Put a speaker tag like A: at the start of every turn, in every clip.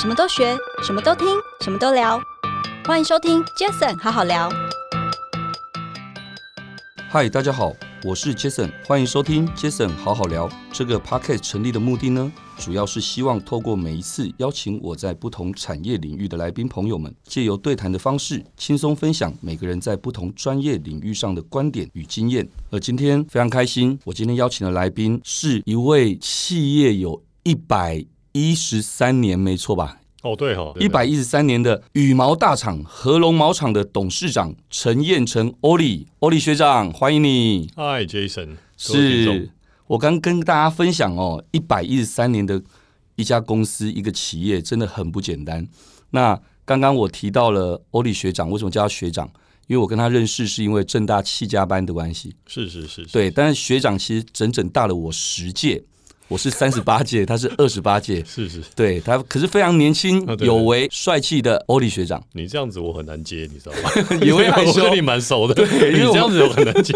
A: 什么都学，什么都听，什么都聊。欢迎收听 Jason 好好聊。
B: 嗨，大家好，我是 Jason，欢迎收听 Jason 好好聊。这个 podcast 成立的目的呢，主要是希望透过每一次邀请我在不同产业领域的来宾朋友们，借由对谈的方式，轻松分享每个人在不同专业领域上的观点与经验。而今天非常开心，我今天邀请的来宾是一位企业有一百一十三年，没错吧？
C: 哦，对哈、哦，
B: 一百一十三年的羽毛大厂合龙毛厂的董事长陈彦成欧里欧里学长，欢迎你。
C: 嗨，Jason，各位听众
B: 是我刚跟大家分享哦，一百一十三年的一家公司一个企业真的很不简单。那刚刚我提到了欧里学长，为什么叫他学长？因为我跟他认识是因为正大气家班的关系。
C: 是是是，是
B: 对，但是学长其实整整大了我十届，我是三十八届，他是二十八届。
C: 是是，
B: 对他，可是非常年轻
C: 啊、对
B: 有为、帅气的欧里学长。
C: 你这样子我很难接，你知道 吗？
B: 以为害
C: 我
B: 羞
C: 跟你蛮熟的，
B: 对因
C: 你
B: 为我
C: 这样子我很 难接。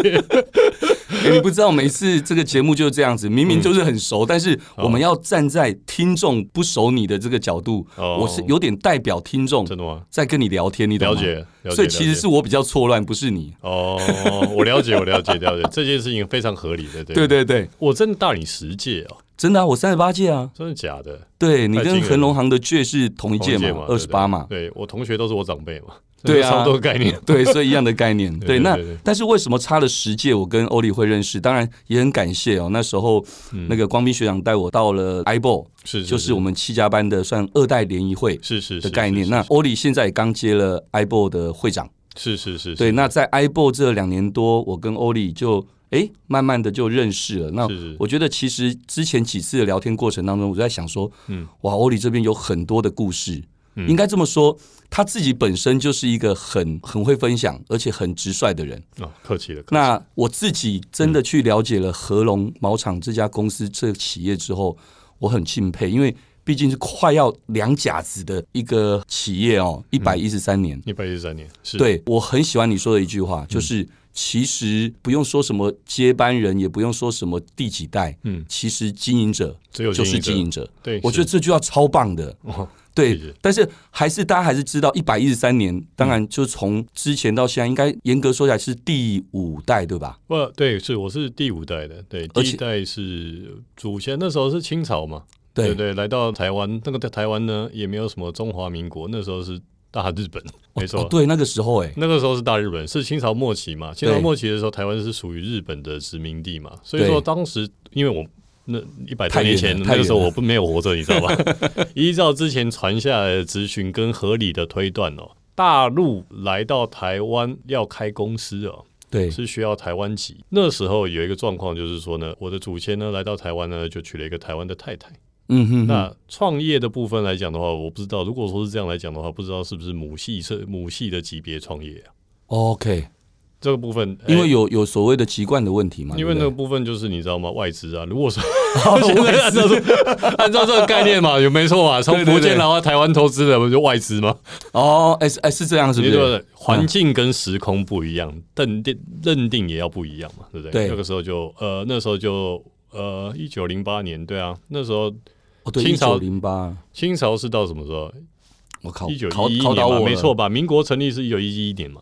B: 欸你不知道，每次这个节目就是这样子，明明就是很熟，但是
C: 嗯
B: 我们要站在听众不熟你的这个角度，
C: 哦
B: 我是有点代表听众
C: 真的吗？
B: 在跟你聊天，你懂
C: 了
B: 吗？
C: 解，了解。
B: 所以其
C: 了
B: 实
C: 解
B: 是我比较错乱，不是你。
C: 哦，我了解，我了解，了解，这件事情非常合理的，对
B: 对，对对，
C: 我真的大你十届哦，
B: 真的啊，我三十八届啊，
C: 真的假的？
B: 对你
C: 太惊
B: 跟
C: 人了
B: 恒隆行的届是同一
C: 同一
B: 届
C: 届
B: 嘛，二十八嘛，
C: 对对我同学都是我长辈嘛，
B: 对啊
C: 差不多概 念。
B: 对，所以一样的概念。对，
C: 对对
B: 那
C: 对对
B: 但是为什么差了十届，我跟欧里会认识？当然也很感谢哦，那时候那个光斌学长带我到了 i b o
C: 嗯是，
B: 就是我们七家班的算二代联谊会。
C: 是是
B: 的
C: 是
B: 概念。
C: 是
B: 那欧里现在也刚接了 iBo 的会长，
C: 是是是，
B: 对。
C: 是
B: 那在 iBo 这两年多，我跟欧里就诶慢慢的就认识了。那
C: 是是
B: 我觉得其实之前几次的聊天过程当中，我就在想说，嗯
C: 嗯，
B: 哇，欧里这边有很多的故事。
C: 嗯
B: 应该这么说，他自己本身就是一个很很会分享，而且很直率的人。
C: 哦，客气了，客气了
B: 那我自己真的去了解了合龙毛厂这家公司这个企业之后，我很敬佩，因为毕竟是快要两甲子的一个企业哦，一百一十三年。
C: 一百一十三年，是，
B: 对我很喜欢你说的一句话，就是其实不用说什么接班人，也不用说什么第几代，
C: 嗯，
B: 其实经营者
C: 只有
B: 就是经
C: 经
B: 营
C: 营者，
B: 者。
C: 对，
B: 我觉得这句话超棒的。
C: 得
B: 对
C: 哦谢谢，
B: 但是还是大家还是知道，一百一十三年，当然就从之前到现在，应该严格说起来是第五代，对吧？
C: 不，对，是我是第五代的，对，
B: 而
C: 第
B: 且
C: 一代是祖先，那时候是清朝嘛，对对，来到台湾，那个在台湾呢也没有什么中华民国，那时候是大日本，没错，
B: 哦，对，那个时候哎、
C: 那个时候是大日本，是清朝末期嘛，清朝
B: 对
C: 末期的时候，台湾是属于日本的殖民地嘛，所以
B: 对
C: 说当时因为我。那一百
B: 太
C: 多
B: 远
C: 年
B: 了
C: 前，
B: 太
C: 那
B: 远
C: 个时候
B: 了
C: 我不没有活着，你知道吧？ 依照之前传下来的资讯跟合理的推断哦，大陆来到台湾要开公司哦，
B: 对
C: 是需要台湾籍。那时候有一个状况，就是说呢，我的祖先呢来到台湾呢，就娶了一个台湾的太太。
B: 嗯哼哼，
C: 那创业的部分来讲的话，我不知道，如果说是这样来讲的话，不知道是不是母系是母系的级别创业啊？
B: 哦 OK，
C: 这个部分，哎
B: 因为有有所谓的籍贯的问题嘛，
C: 因为那
B: 对
C: 个
B: 不
C: 部分就是你知道吗？外资啊，如 果说
B: 对
C: 现在按照这 按照这个概念嘛，有没错嘛？从
B: 对对
C: 福
B: 对
C: 建然后台湾投资的不就外资吗？
B: 哦，哎、是哎、是这样，是不
C: 你说
B: 是？
C: 的环境跟时空不一样，认定认定也要不一样嘛，对不对？
B: 对
C: 那个时候就呃，那时候就呃，一九零八年，对啊，那时候
B: 哦，对，一
C: 清朝
B: 九零八，
C: 清朝是到什么时候？
B: 我靠
C: 一九，
B: 考
C: 一一
B: 哦考
C: 年
B: 倒
C: 吧，
B: 我，
C: 没错。吧？民国成立是一九一一年嘛，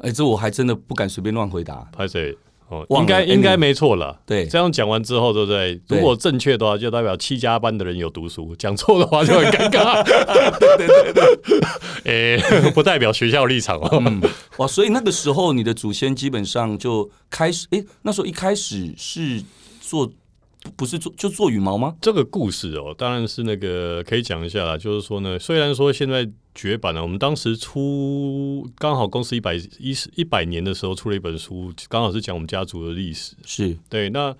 B: 哎、这我还真的不敢随便乱回答。
C: 拍谁？哦，
B: 忘了
C: 应该
B: Anyway
C: 应该没错了。
B: 对
C: 这样讲完之后，对不对？
B: 对
C: 如果正确的话，就代表七家班的人有读书；讲错的话，就很 尴尬。 对对对对，诶，不代表学校立场哦。
B: 嗯，哇，所以那个时候你的祖先基本上就开始，哎、那时候一开始是做，不不是做就做羽毛吗？
C: 这个故事哦，当然是那个可以讲一下啦。就是说呢，虽然说现在绝版了，我们当时出刚好公司一百一十一百年的时候出了一本书，刚好是讲我们家族的历史。
B: 是，
C: 对，那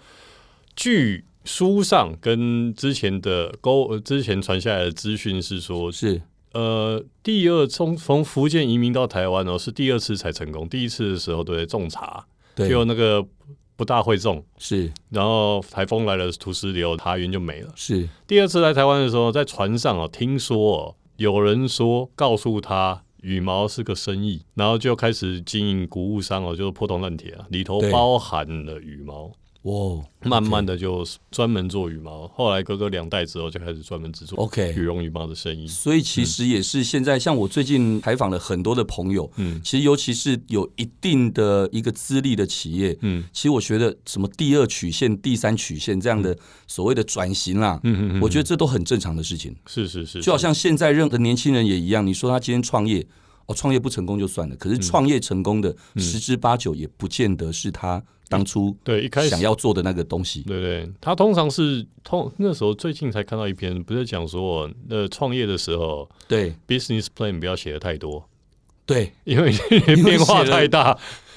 C: 据书上跟之前的沟呃之前传下来的资讯是说，
B: 是，
C: 呃，第二从从福建移民到台湾哦，是第二次才成功。第一次的时候，对种茶，
B: 对，
C: 就那个不大会种，
B: 是
C: 然后台风来了，土石流，茶园就没了。
B: 是，
C: 第二次来台湾的时候，在船上哦，听说、哦、有人说告诉他羽毛是个生意，然后就开始经营谷物商哦，就是破铜烂铁啊，里头
B: 对
C: 包含了羽毛。
B: 哦
C: 慢慢的就专门做羽毛。后来隔个两代之后，就开始专门只做羽
B: ，OK。
C: 绒羽毛的嗯生意。
B: 所以其实也是现在，像我最近采访了很多的朋友，
C: 嗯
B: 其实尤其是有一定的一个资历的企业，
C: 嗯
B: 其实我觉得什么第二曲线、第三曲线这样的所谓的转型啦，
C: 嗯嗯嗯嗯，
B: 我觉得这都很正常的事情。
C: 是是是，
B: 就好像现在任何年轻人也一样，你说他今天创业，哦，创业不成功就算了，
C: 嗯
B: 可是创业成功的十之八九也不见得是他当初
C: 对一开始嗯
B: 想要做的那个东西。
C: 对对，他通常是通那时候最近才看到一篇，不是讲说，呃，创业的时候
B: 对
C: business plan 不要写的太多，
B: 对，
C: 因为变化太大。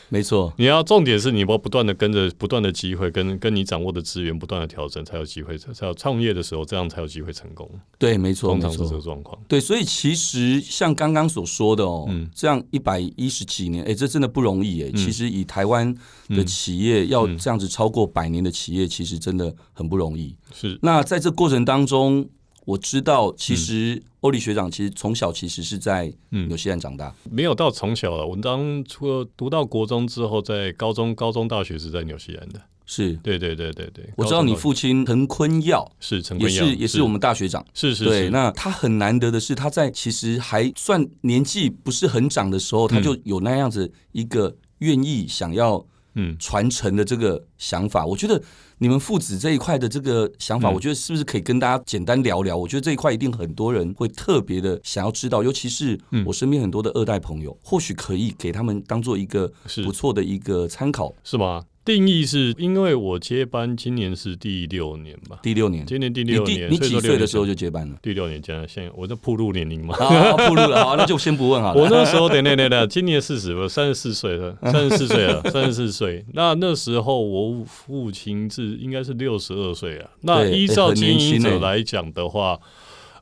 B: 没错，
C: 你要重点是你要不断的跟着不断的机会，跟跟你掌握的资源不断的调整，才有机会才有创业的时候，这样才有机会成功。
B: 对，没错，
C: 通
B: 没
C: 常是这个
B: 错。
C: 状况。
B: 对，所以其实像刚刚所说的哦，
C: 嗯
B: 这样一百一十几年，哎，这真的不容易哎。其实以台湾的
C: 嗯
B: 企业要这样子超过百年的企业，其实真的很不容易。
C: 是，
B: 那在这过程当中，我知道其实欧丽学长其实从小其实是在
C: 嗯
B: 纽西兰长大，
C: 没有到从小了。我当初读到国中之后，在高中、高中、大学是在纽西兰的。
B: 是
C: 对对对对对，
B: 我知道你
C: 高中
B: 父亲陈坤耀
C: 是陈
B: 也
C: 坤
B: 是也是我们大学长。
C: 是是
B: 对，
C: 是
B: 那他很难得的是，他在其实还算年纪不是很长的时候，他就有那样子一个愿意想要
C: 嗯
B: 传承的这个想法。我觉得你们父子这一块的这个想法，
C: 嗯
B: 我觉得是不是可以跟大家简单聊聊？我觉得这一块一定很多人会特别的想要知道，尤其是
C: 嗯
B: 我身边很多的二代朋友，或许可以给他们当做一个
C: 是
B: 不错的一个参考。
C: 是吗？定义是因为我接班，今年是第六年吧，
B: 第六年，
C: 今年第
B: 你
C: 六
B: 第
C: 年，
B: 你
C: 所以
B: 几
C: 说
B: 岁的时候
C: 六
B: 就
C: 年前？
B: 结 班了？
C: 第六年加上现在我在铺路年龄嘛。
B: 好，好暴露了，好，那就先不问好
C: 我
B: 了。
C: 那时候，等等等等，今年四十，我三十四 岁了，三十四岁了，三十四岁。那那时候我父亲是应该是六十二岁啊。那
B: 对哎
C: 依
B: 欸
C: 照
B: 很
C: 经
B: 年
C: 营
B: 轻欸
C: 者来讲的话，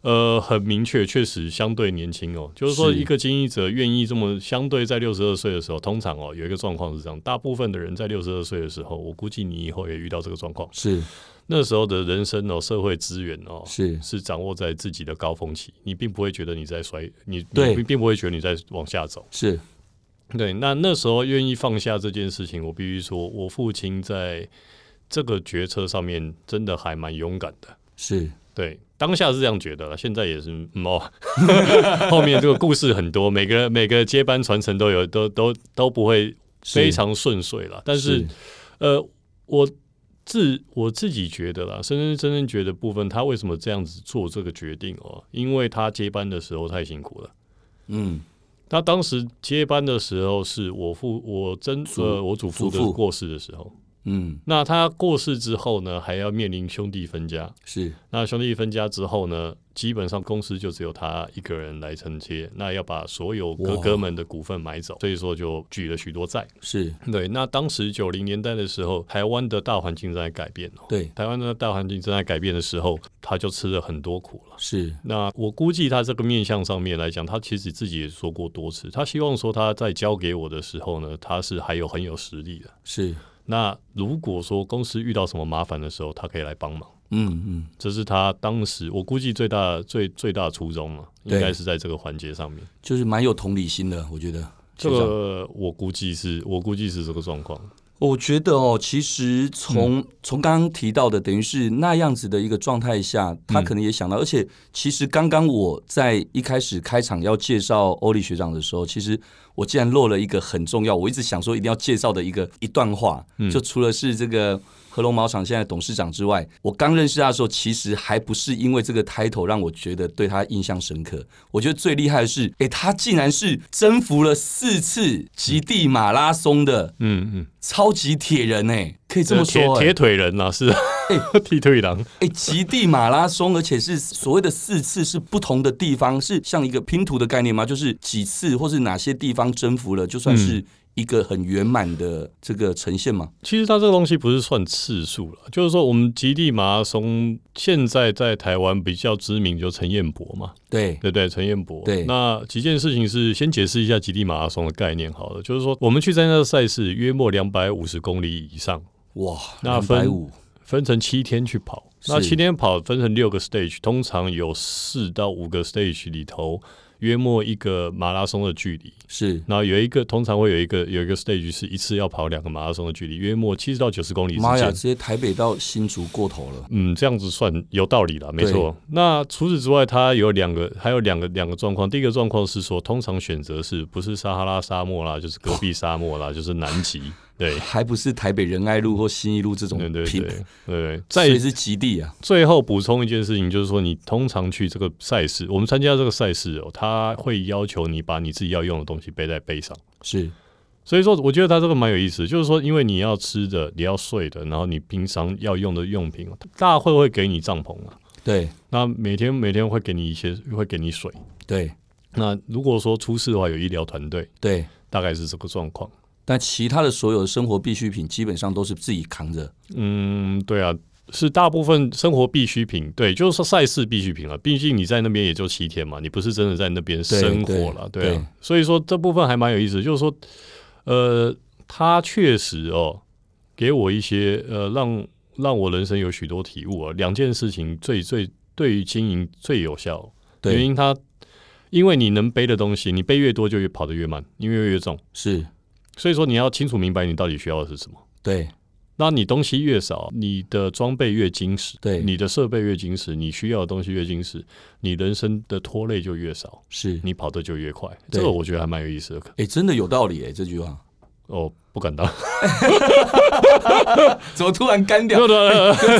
C: 呃，很明确，确实相对年轻哦。就是说，
B: 是
C: 一个经营者愿意这么相对在六十二岁的时候，通常哦有一个状况是这样，大部分的人在六十二岁的时候，我估计你以后也遇到这个状况。
B: 是
C: 那时候的人生哦，社会资源哦，
B: 是
C: 是掌握在自己的高峰期，你并不会觉得你在衰，你
B: 对
C: 你并不会觉得你在往下走。
B: 是，
C: 对，那那时候愿意放下这件事情，我必须说，我父亲在这个决策上面真的还蛮勇敢的。
B: 是
C: 对，当下是这样觉得了，现在也是嗯哦。 后面这个故事很多，每个每个接班传承都有，都都都不会
B: 是
C: 非常顺遂了。但是呃，我自我自己觉得啦，深深真正觉得部分，他为什么这样子做这个决定哦？因为他接班的时候太辛苦了。
B: 嗯，
C: 他当时接班的时候，是我父我曾
B: 祖
C: 呃我祖父
B: 祖
C: 的
B: 父
C: 过世的时候。
B: 嗯，
C: 那他过世之后呢，还要面临兄弟分家。
B: 是
C: 那兄弟分家之后呢，基本上公司就只有他一个人来承接，那要把所有哥哥们的股份买走，所以说就举了许多债。
B: 是，
C: 对，那当时九零年代的时候，台湾的大环境正在改变哦。
B: 对，
C: 台湾的大环境正在改变的时候，他就吃了很多苦了。
B: 是
C: 那我估计他这个面向上面来讲，他其实自己也说过多次，他希望说他在交给我的时候呢，他是还有很有实力的。
B: 是，
C: 那如果说公司遇到什么麻烦的时候，他可以来帮忙，
B: 嗯嗯，
C: 这是他当时我估计最大最最大的初衷嘛，
B: 对
C: 应该是在这个环节上面。
B: 就是蛮有同理心的，我觉得。
C: 这
B: 学长
C: 个我估计是我估计是这个状况。
B: 我觉得哦，其实从、从刚刚提到的，等于是那样子的一个状态下，他可能也想到，而且其实刚刚我在一开始开场要介绍欧丽学长的时候，其实我竟然漏了一个很重要，我一直想说一定要介绍的一个一段话，就除了是这个合龙毛厂现在董事长之外，我刚认识他的时候，其实还不是因为这个 title 让我觉得对他印象深刻。我觉得最厉害的是，诶，他竟然是征服了四次极地马拉松的。
C: 嗯嗯，
B: 超级铁人哎、可以这么
C: 铁
B: 说哎、
C: 铁腿人呐、是啊， 踢腿狼。
B: 哎极地马拉松，而且是所谓的四次是不同的地方，是像一个拼图的概念吗？就是几次或是哪些地方征服了，就算是
C: 嗯
B: 一个很圆满的这个呈现吗？
C: 其实它这个东西不是算次数了，就是说我们极地马拉松现在在台湾比较知名，就陈彦博嘛，
B: 对，
C: 对不对？陈彦博。
B: 对
C: 那几件事情是先解释一下极地马拉松的概念好了，就是说我们去参加的赛事约莫两百五十公里以上，
B: 哇，
C: 那
B: 两百
C: 分
B: 五
C: 分成七天去跑。
B: 是
C: 那七天跑分成六个 stage，通常有四到五个 stage 里头约莫一个马拉松的距离。
B: 是
C: 然后有一个通常会有一个有一个 stage 是一次要跑两个马拉松的距离，约莫七十到九十公里之
B: 妈呀，
C: 间
B: 直。接台北到新竹过头了。
C: 嗯，这样子算有道理啦，没错。那除此之外，它有两个，还有两个两个状况。第一个状况是说，通常选择是不是撒哈拉沙漠啦，就是戈壁沙 漠啦，就是南极。对，
B: 还不是台北仁爱路或新一路这种
C: 对对对
B: 平，
C: 对对。
B: 所
C: 再
B: 以是极地啊，
C: 最后补充一件事情，就是说，你通常去这个赛事，我们参加这个赛事哦，他会要求你把你自己要用的东西背在背上。
B: 是
C: 所以说，我觉得它这个蛮有意思，就是说，因为你要吃的，你要睡的，然后你平常要用的用品，大会会给你帐篷啊，
B: 对
C: 那每天每天会给你一些，会给你水。
B: 对
C: 那如果说出事的话，有医疗团队，
B: 对。
C: 大概是这个状况。
B: 但其他的所有的生活必需品基本上都是自己扛着，
C: 嗯，对啊，是大部分生活必需品，对，就是说赛事必需品啊。毕竟你在那边也就七天嘛，你不是真的在那边生活了，
B: 对
C: 对啊
B: 对
C: 所以说这部分还蛮有意思，就是说，呃，他确实哦，给我一些呃，让让我人生有许多体悟啊。两件事情最最对于经营最有效，原
B: 对，
C: 因它因为你能背的东西，你背越多就越跑得越慢，因为越重。
B: 是，
C: 所以说你要清楚明白你到底需要的是什么。
B: 对
C: 那你东西越少，你的装备越精实，
B: 对
C: 你的设备越精实，你需要的东西越精实，你人生的拖累就越少，
B: 是。
C: 你跑得就越快。
B: 对
C: 这个我觉得还蛮有意思的。可
B: 哎、真的有道理哎、这句话
C: 哦，不敢当。
B: 怎么突然干掉
C: 没有？的，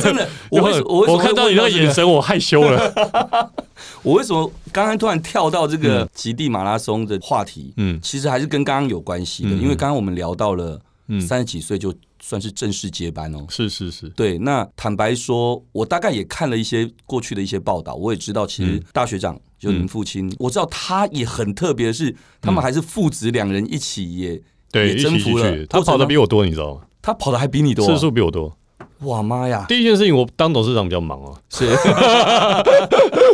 B: 真的，我为什我为什么
C: 我看到
B: 会
C: 你
B: 问
C: 那个
B: 这
C: 眼神，我害羞了。
B: 我为什么刚刚突然跳到这个极地马拉松的话题？
C: 嗯
B: 其实还是跟刚刚有关系的，
C: 嗯
B: 因为刚刚我们聊到了
C: 嗯，
B: 三十几岁就算是正式接班哦。
C: 是是是，
B: 对，那坦白说，我大概也看了一些过去的一些报道，我也知道，其实大学长、就您父亲，我知道他也很特别，是他们还是父子两人一起也，
C: 对，
B: 也
C: 一
B: 征
C: 起一起
B: 服了
C: 去，他
B: 过程
C: 跑得
B: 呢啊
C: 比我多，你知道吗？
B: 他跑的还比你多、
C: 次数比我多。
B: 哇妈呀！
C: 第一件事情，我当董事长比较忙啊，
B: 是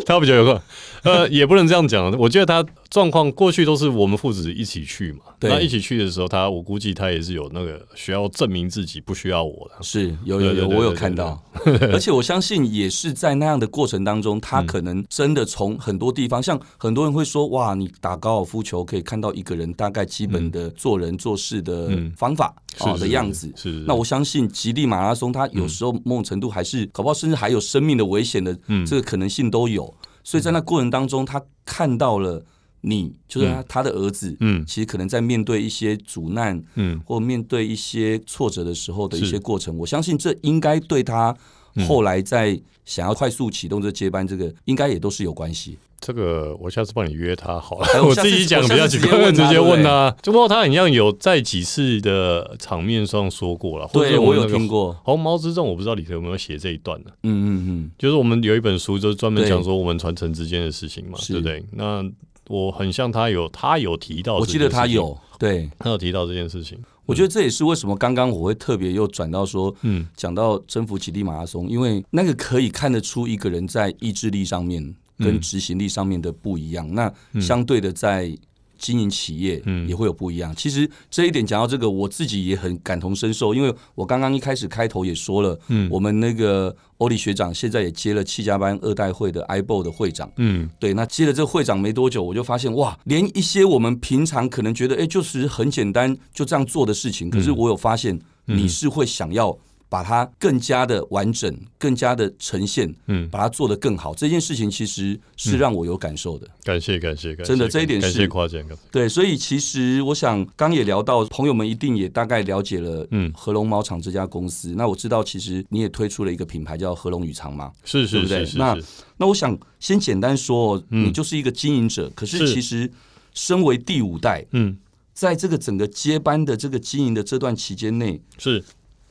C: 他比较有空。 呃，也不能这样讲，我觉得他状况过去都是我们父子一起去嘛。
B: 对
C: 那一起去的时候，他我估计他也是有那个需要证明自己不需要我的。
B: 是有有
C: 对对
B: 有，
C: 对
B: 我有
C: 对对嗯
B: 看到， 而且我相信也是在那样的过程当中，他可能真的从很多地方，像很多人会说，哇，你打高尔夫球可以看到一个人大概基本的做人做事的
C: 嗯
B: 方法
C: 是
B: 啊
C: 是
B: 的样子，
C: 是嗯是
B: 那我相信极地马拉松，它有时候某种程度还是，搞不好甚至还有生命的危险的
C: 嗯
B: 这个可能性都有。所以在那过程当中，他看到了你，就是他他的儿子，
C: 嗯
B: 其实可能在面对一些阻难
C: 嗯，
B: 或面对一些挫折的时候的一些
C: 是
B: 过程，我相信这应该对他
C: 嗯
B: 后来在想要快速启动这接班这个，应该也都是有关系。
C: 这个我下次帮你约他好
B: 哎
C: 了。
B: 我
C: 我
B: 下
C: 自己
B: 次
C: 讲
B: 我
C: 比
B: 下
C: 较
B: 次
C: 习
B: 直接
C: 惯，
B: 问
C: 直
B: 他
C: 接
B: 对不
C: 问
B: 对
C: 他。只不过他好像有在几次的场面上说过了，或者
B: 对
C: 是
B: 我
C: 们
B: 有
C: 那个
B: 听过，
C: 鸿毛之众，我不知道里头有没有写这一段啊呢、
B: 嗯嗯
C: 就是我们有一本书，就是专门
B: 对
C: 讲说我们传承之间的事情嘛，
B: 是
C: 对不对？那我很像他有，他有提到，
B: 嗯，我记得他，有，对，
C: 他有提到这件事情。
B: 我觉得这也是为什么刚刚我会特别又转到说，
C: 嗯，
B: 讲到征服极地马拉松，因为那个可以看得出一个人在意志力上面
C: 嗯
B: 跟执行力上面的不一样。那相对的，在经营企业
C: 嗯
B: 也会有不一样。其实这一点讲到这个，我自己也很感同身受，因为我刚刚一开始开头也说了，
C: 嗯
B: 我们那个欧里学长现在也接了七家班二代会的 IBO 的会长。
C: 嗯，
B: 对，那接了这个会长没多久，我就发现哇，连一些我们平常可能觉得哎，诶就是很简单就这样做的事情，可是
C: 嗯
B: 我有发现你是会想要把它更加的完整、更加的呈现，
C: 嗯
B: 把它做得更好。这件事情其实是让我有感受的。
C: 感谢感谢感谢，
B: 真的这一点
C: 感
B: 是
C: 谢夸奖，感谢
B: 对，所以其实我想，刚也聊到，朋友们一定也大概了解了，嗯
C: 嗯，
B: 合龙毛厂这家公司。那我知道，其实你也推出了一个品牌叫合龙鱼肠嘛。
C: 是
B: 对不
C: 是
B: 对
C: 是是
B: 那
C: 是，
B: 那我想先简单说哦，你就是一个经营者，可是
C: 嗯是
B: 其实身为第五代，
C: 嗯，
B: 在这个整个接班的这个经营的这段期间内，
C: 是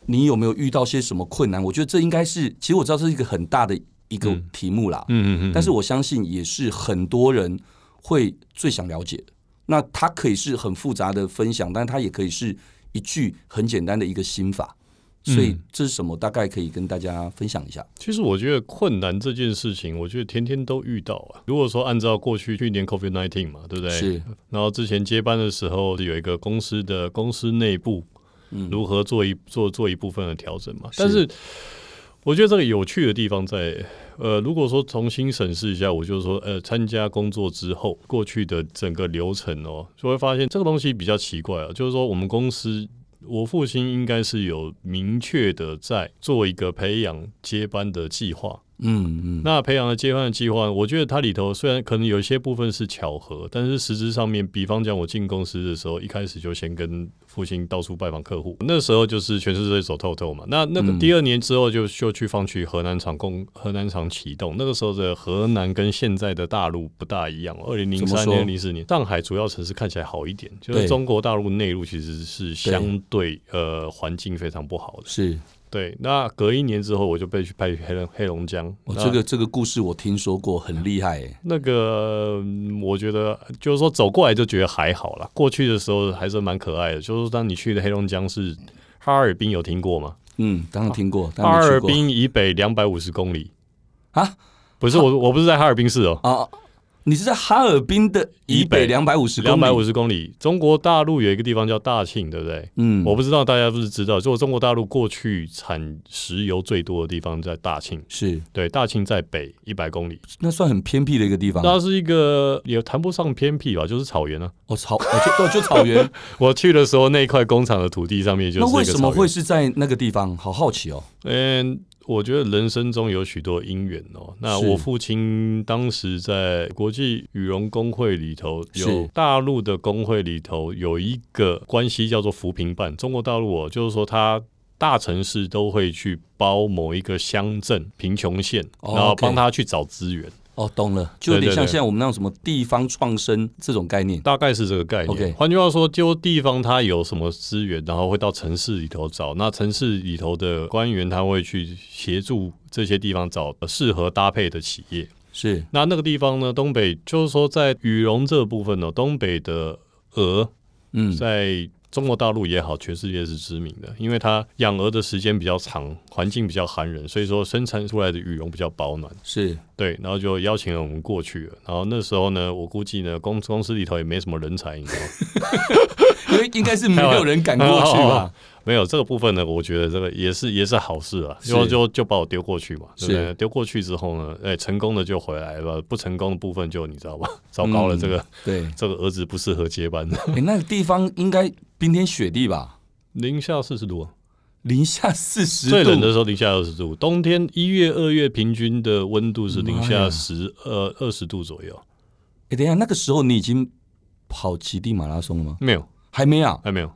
B: 你有没有遇到些什么困难？我觉得这应该是，其实我知道这是一个很大的一个题目啦，
C: 嗯嗯嗯，
B: 但是我相信也是很多人会最想了解的。那它可以是很复杂的分享，但它也可以是一句很简单的一个心法。所以
C: 嗯
B: 这是什么？大概可以跟大家分享一下。
C: 其实我觉得困难这件事情，我觉得天天都遇到啊。如果说按照过去去年 COVID nineteen 嘛，对不对？
B: 是
C: 然后之前接班的时候，有一个公司的公司内部如何做一做做一部分的调整嘛。但是我觉得这个有趣的地方在，呃，如果说重新审视一下，我就是说，呃，参加工作之后过去的整个流程哦，就会发现这个东西比较奇怪啊，就是说我们公司。我父亲应该是有明确的在做一个培养接班的计划，
B: 嗯嗯，
C: 那培养的接班的计划，我觉得它里头虽然可能有一些部分是巧合，但是实质上面，比方讲我进公司的时候，一开始就先跟父亲到处拜访客户，那时候就是全世界走透透嘛。那那个
B: 嗯
C: 第二年之后就就去放去河南厂工，河南厂启动，那个时候的河南跟现在的大陆不大一样哦。二零零
B: 怎么
C: 三
B: 说
C: 年、零四年，上海主要城市看起来好一点，就是
B: 对
C: 中国大陆内陆其实是相对呃环境非常不好的。
B: 是
C: 对，那隔一年之后我就被去派去黑龙黑龙江，
B: 哦，
C: 那
B: 这个这个故事我听说过，很厉害耶。
C: 那个，嗯我觉得就是说走过来就觉得还好啦。过去的时候还是蛮可爱的。就是当你去的黑龙江是哈尔滨，有听过吗？
B: 嗯，当然听过，
C: 啊哈
B: 当然没去
C: 尔
B: 过
C: 滨以北两百五十公里
B: 啊？
C: 不是我，我不是在哈尔滨市哦，
B: 啊，你是在哈尔滨的以
C: 以北
B: 北两百五十公
C: 两
B: 里，
C: 百五十公里。中国大陆有一个地方叫大庆，对不对？
B: 嗯，
C: 我不知道大家是不是知道，就中国大陆过去产石油最多的地方在大庆，
B: 是
C: 对，大庆在北一百公里，
B: 那算很偏僻的一个地方。
C: 那是一个也谈不上偏僻吧，就是草原啊。
B: 哦，草，哦就哦就草原，
C: 我去的时候，那一块工厂的土地上面 就是
B: 那
C: 一个
B: 为什么
C: 草原
B: 会？是在那个地方？好好奇哦。
C: 嗯，我觉得人生中有许多因缘哦。那
B: 是
C: 我父亲当时在国际羽绒工会里头，有
B: 是
C: 大陆的工会里头有一个关系叫做扶贫办。中国大陆哦，就是说它。大城市都会去包某一个乡镇贫穷县，
B: 哦
C: 然后
B: OK
C: 帮他去找资源，
B: 哦，懂了，就有
C: 对
B: 点
C: 对
B: 像
C: 对
B: 现在我们那种什么地方创生这种概念。
C: 大概是这个概
B: OK
C: 念。换句话说，就呃地方它有什么资源，然后会到城市里头找。那城市里头的官员他会去协助这些地方找呃适合搭配的企业。
B: 是
C: 那那个地方呢，东北就是说在羽绒这部分呢，东北的鹅
B: 嗯，
C: 在中国大陆也好，全世界是知名的，因为它养鹅的时间比较长，环境比较寒冷，所以说生产出来的羽绒比较保暖。
B: 是
C: 对，然后就邀请了我们过去了。然后那时候呢，我估计呢，公公司里头也没什么人才，你知道吗？
B: 因为应该是没有人敢过
C: 哦
B: 去吧？嗯
C: 没有这个部分呢，我觉得这个也是也是好事啊，
B: 是
C: 因为就就把我丢过去嘛，对不对？
B: 是
C: 丢过去之后呢，哎，成功的就回来了，不成功的部分就你知道吧？ 糟糕了，
B: 嗯
C: 这个、
B: 对，
C: 这个儿子不适合接班。
B: 哎、那个地方应该冰天雪地吧？
C: 零下四十度啊，
B: 零下四十度，
C: 最冷的时候零下二十度，冬天一月、二月平均的温度是零
B: 妈
C: 下
B: 呀
C: 十呃二十度左右，
B: 哎、等一下，那个时候你已经跑极地马拉松了吗？
C: 没有，
B: 还没啊，
C: 还没有。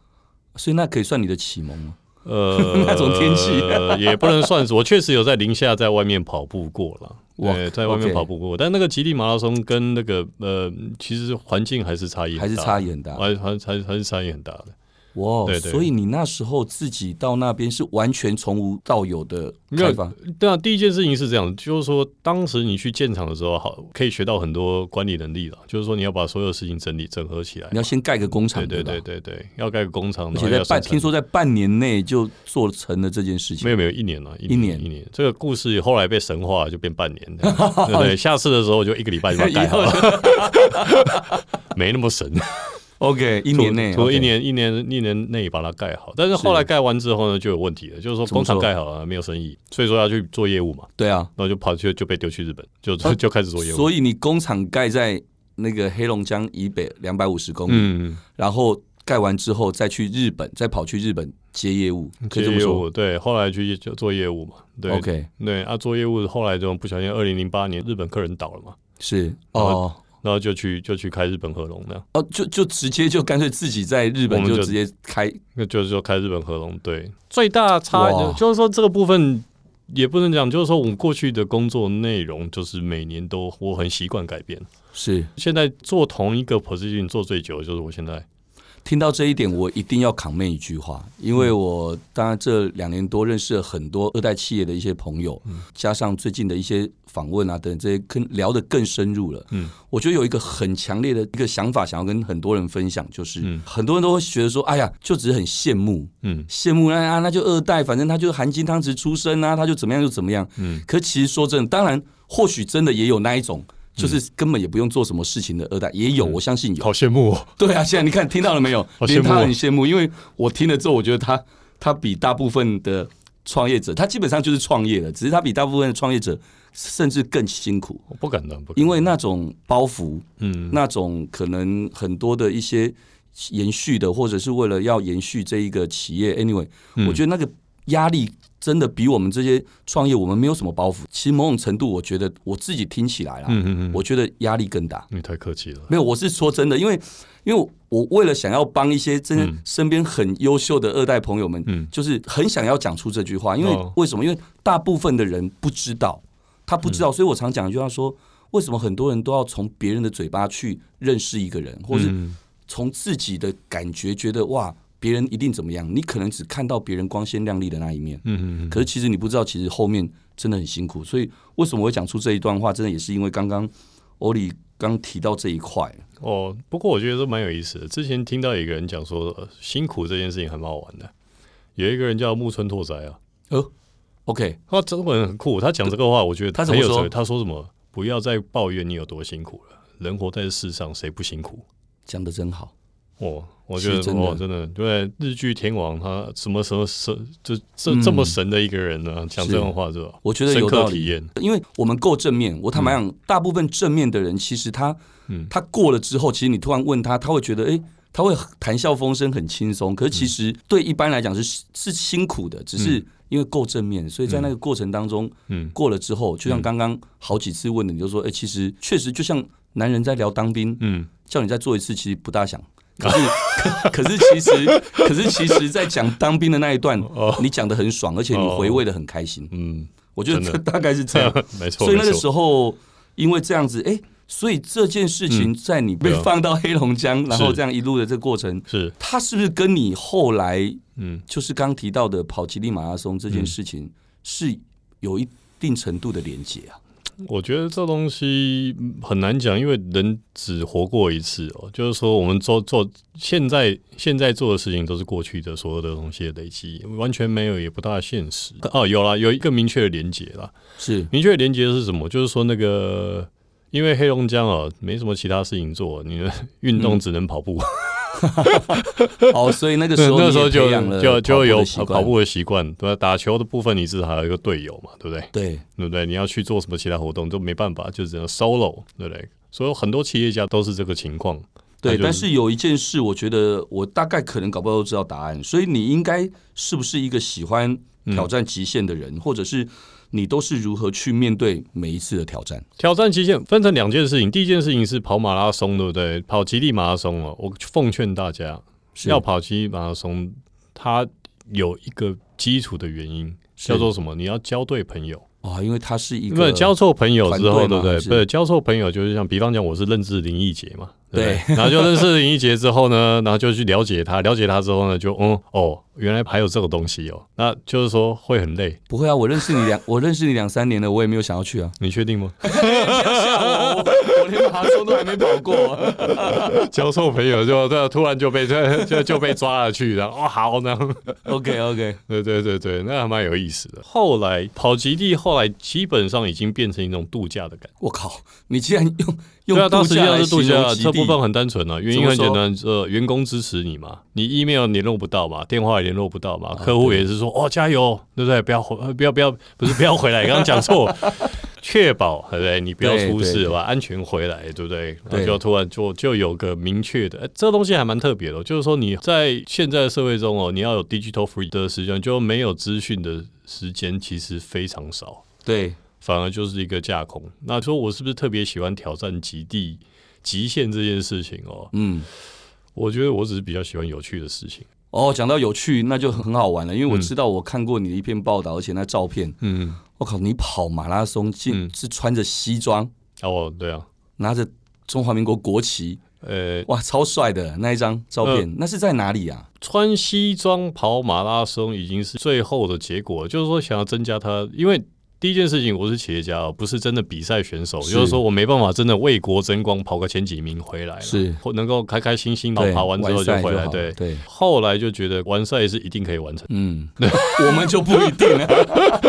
B: 所以那可以算你的启蒙吗？
C: 呃
B: 那种天气
C: 也不能算是。我确实有在零下在外面跑步过了。
B: 哇
C: 对，在外面
B: OK
C: 跑步过但那个极地马拉松跟那个呃，其实环境还是差异很
B: 还是
C: 大
B: 差异很大？哇、
C: 还还还还是差异很大的。对对
B: 所以你那时候自己到那边是完全从无到有的
C: 没有
B: 开发，
C: 对啊，第一件事情是这样，就是说当时你去建厂的时候，好可以学到很多管理能力了，就是说你要把所有事情整理整合起来
B: 你。要先盖个工厂，
C: 对对
B: 吧
C: 对对对，要盖个工厂，
B: 而
C: 然后
B: 且在
C: 要
B: 半
C: 生产
B: 听说在半年内就做成了这件事情，
C: 没有没有一年了，一
B: 一
C: 年
B: 年
C: 一年。这个故事后来被神话，就变半年， 这样对不对？下次的时候就一个礼拜就把它改好了，没那么神。啊
B: OK，一年内，
C: 除除了
B: OK
C: 一，年一年一年内把它盖好，但是后来盖完之后呢，就有问题了，就是说
B: 怎么
C: 工厂
B: 说
C: 盖好了没有生意，所以说要去做业务嘛，
B: 对啊，
C: 然后就跑去就被丢去日本，就
B: 啊
C: 就开始做业务。
B: 所以你工厂盖在那个黑龙江以北两百五十公里，
C: 嗯，
B: 然后盖完之后再去日本，再跑去日本接业务，可以这
C: 接
B: 么
C: 业
B: 说
C: 务对，后来去就做业务嘛，对
B: ？OK，
C: 对啊，做业务后来就不小心，二零零八年日本客人倒了嘛，
B: 是哦
C: 然后就去就去开日本合龙的。
B: 哦，就就直接就干脆自己在日
C: 我
B: 本
C: 们就
B: 就直接开，
C: 那就是说开日本合同，对，最大差
B: 哇
C: 就是说这个部分也不能讲，就是说我们过去的工作内容就是每年都我很习惯改变。
B: 是
C: 现在做同一个 position 做最久的就是我现在，
B: 听到这一点，我一定要 comment 一句话，因
C: 嗯
B: 为我当然这两年多认识了很多二代企业的一些朋友，
C: 嗯
B: 加上最近的一些访问啊等这些，更聊得更深入了。
C: 嗯，
B: 我觉得有一个很强烈的一个想法，想要跟很多人分享，就是、
C: 嗯
B: 很多人都会觉得说，哎呀，就只是很羡慕，
C: 嗯
B: 羡慕那啊，那就二代，反正他就含金汤匙出生啊，他就怎么样就怎么样。
C: 嗯，
B: 可其实说真的，当然或许真的也有那一种。
C: 嗯
B: 就是根本也不用做什么事情的二代也有，我相信有。
C: 好羡慕哦，
B: 对啊，现在你看听到了没有？
C: 嗯好羡
B: 连
C: 慕
B: 他
C: 哦
B: 很羡慕，因为我听了之后，我觉得他他比大部分的创业者，他基本上就是创业了，只是他比大部分的创业者甚至更辛苦，
C: 我不敢当，不敢
B: 因为那种包袱，
C: 嗯，
B: 那种可能很多的一些延续的，或者是为了要延续这一个企业，anyway，、我
C: 嗯
B: 觉得那个压力真的比我们这些创业，我们没有什么包袱。其实某种程度，我觉得我自己听起来啦，
C: 嗯嗯嗯，
B: 我觉得压力更大。
C: 你太客气了，
B: 没有，我是说真的，因为因为我为了想要帮一些真的身边很优秀的二代朋友们，
C: 嗯
B: 就是很想要讲出这句话，因为
C: 哦
B: 为什么？因为大部分的人不知道，他不知
C: 嗯
B: 道，所以我常讲一句话说。为什么很多人都要从别人的嘴巴去认识一个人，或是
C: 嗯
B: 从自己的感觉觉得哇，别人一定怎么样？你可能只看到别人光鲜亮丽的那一面，
C: 嗯嗯
B: 可是其实你不知道，其实后面真的很辛苦。所以为什么我会讲出这一段话，真的也是因为刚刚欧里刚提到这一块。
C: 哦，不过我觉得这蛮有意思的。之前听到一个人讲说、呃辛苦这件事情还蛮好玩的，有一个人叫木村拓哉啊，
B: 呃，OK，
C: 他中文很酷，他讲这个话，我觉得
B: 他怎
C: 很
B: 么
C: 有
B: 说
C: 哲理他说什么？不要再抱怨你有多辛苦了，人活在世上谁不辛苦？
B: 讲的真好。
C: 哦，我觉
B: 是
C: 得
B: 真的
C: 哦，真的，对日剧天王他什么时候神，就这
B: 嗯
C: 这么神的一个人呢、讲这种话是吧？
B: 我觉得有
C: 深
B: 道
C: 刻嗯
B: 理
C: 体验，
B: 因为我们够正面，我坦白讲，大部分正面的人，其实他，
C: 嗯
B: 他过了之后，其实你突然问他，他会觉得，哎、他会谈笑风生，很轻松。可是
C: 嗯
B: 其实对一般来讲是是辛苦的，只是因为够正面，所以在那个过程当中，
C: 嗯
B: 过了之后，就像刚刚好几次问的，你就说，哎、其实确实就像男人在聊当兵，
C: 嗯，
B: 叫你再做一次，其实不大想。可是， 可可是其实， 可是其实，在讲当兵的那一段，
C: 哦
B: 你讲的很爽，而且你回味的很开心。
C: 嗯，
B: 我觉得
C: 真
B: 这
C: 的
B: 大概是这样。
C: 没 错，
B: 啊所以那
C: 没
B: 个
C: 错，
B: 时候，因为这样子，哎、所以这件事情在你被
C: 对啊
B: 放到黑龙江，然后
C: 是
B: 这样一路的这个过程，
C: 是，
B: 它是不是跟你后来
C: 嗯，
B: 就是刚提到的跑吉利马拉松这件事情是有一定程度的连接啊？
C: 我觉得这东西嗯很难讲，因为人只活过一次哦。就是说，我们做做现在现在做的事情，都是过去的所有的东西的累积，完全没有，也不大现实。哦，有啦，有一个明确的连结啦。
B: 是
C: 明确的连接是什么？就是说那个，因为黑龙江啊，没什么其他事情做，你的运
B: 嗯
C: 动只能跑步。
B: 哦，所 以那 个时候
C: 那时候
B: 你也培
C: 就
B: 养了
C: 就就有
B: 跑步的习
C: 跑
B: 惯，
C: 步的习惯，对吧？打球的部分你至少还有一个队友嘛，对不对？
B: 对，
C: 对不对？你要去做什么其他活动都没办法，就只能 solo，对不对？所以很多企业家都是这个情况。
B: 对，
C: 那就是
B: 但是有一件事，我觉得我大概可能搞不好都知道答案，所以你应该是不是一个喜欢
C: 嗯
B: 挑战极限的人，或者是你都是如何去面对每一次的挑战？
C: 挑战极限分成两件事情，第一件事情是跑马拉松，对不对？跑极地马拉松哦，我奉劝大家
B: 是
C: 要跑极地马拉松，它有一个基础的原因叫做什么？你要交对朋友。
B: 啊、因为他是一
C: 不
B: 个
C: 是交错朋友之后，
B: 团队
C: 对
B: 嘛
C: 不对？
B: 还是
C: 不是交错朋友，就是像比方讲，我是认识林奕杰嘛，对不
B: 对
C: 对，然后就认识林奕杰之后呢，然后就去了解他，了解他之后呢，就嗯哦，原来还有这个东西哦，那就是说会很累，
B: 不会啊，我认识你两，我认识你两三年了，我也没有想要去 啊。
C: 你确 定吗？
B: 我我连马拉松都还没跑过、
C: 交错朋友就对，啊突然就被就 就就被抓了去，然后 哦好呢，
B: OK OK，
C: 对对对对，那还蛮有意思的。后来跑极地，后来基本上已经变成一种度假的感觉。
B: 我靠，你竟然用
C: 对啊，
B: 用
C: 当
B: 度
C: 时
B: 假
C: 要
B: 来
C: 是度
B: 形容
C: 假，
B: 极
C: 这部
B: 地
C: 分很单纯啊，原因
B: 怎么
C: 很
B: 说
C: 简单，呃，员工支持你嘛，你 email 联络不到嘛，电话也联络不到嘛，客户也是说哦加油，对不对？不要回，呃不要不要，不是不要回来，刚刚讲错，确保对不对？你不要
B: 对
C: 出
B: 对
C: 事
B: 对
C: 吧，安全回来，对不对？然
B: 对
C: 后就突然就就有个明确的，呃这东西还蛮特别的哦，就是说你在现在的社会中哦，你要有 digital free 的时间，就没有资讯的时间其实非常少。
B: 对
C: 反而就是一个架空。那说我是不是特别喜欢挑战极地极限这件事情哦？
B: 嗯。
C: 我觉得我只是比较喜欢有趣的事情。
B: 哦，讲到有趣，那就很好玩了，因为我
C: 嗯
B: 知道我看过你的一篇报道，而且那照片，
C: 嗯，
B: 我靠，你跑马拉松竟
C: 嗯
B: 是穿着西装，
C: 哦，对啊，
B: 拿着中华民国国旗，
C: 呃，
B: 哇，超帅的那一张照片，
C: 嗯
B: 那是在哪里啊？
C: 穿西装跑马拉松已经是最后的结果了，就是说想要增加它，因为。第一件事情，我是企业家哦，不是真的比赛选手，
B: 是
C: 就是说我没办法真的为国争光，跑个前几名回来了，
B: 是
C: 或能够开开心心跑
B: 对，
C: 哎跑完之后就
B: 赛
C: 回来。
B: 好
C: 对，
B: 对，
C: 后来就觉得完赛是一定可以完成的。
B: 嗯，我们就不一定啊了。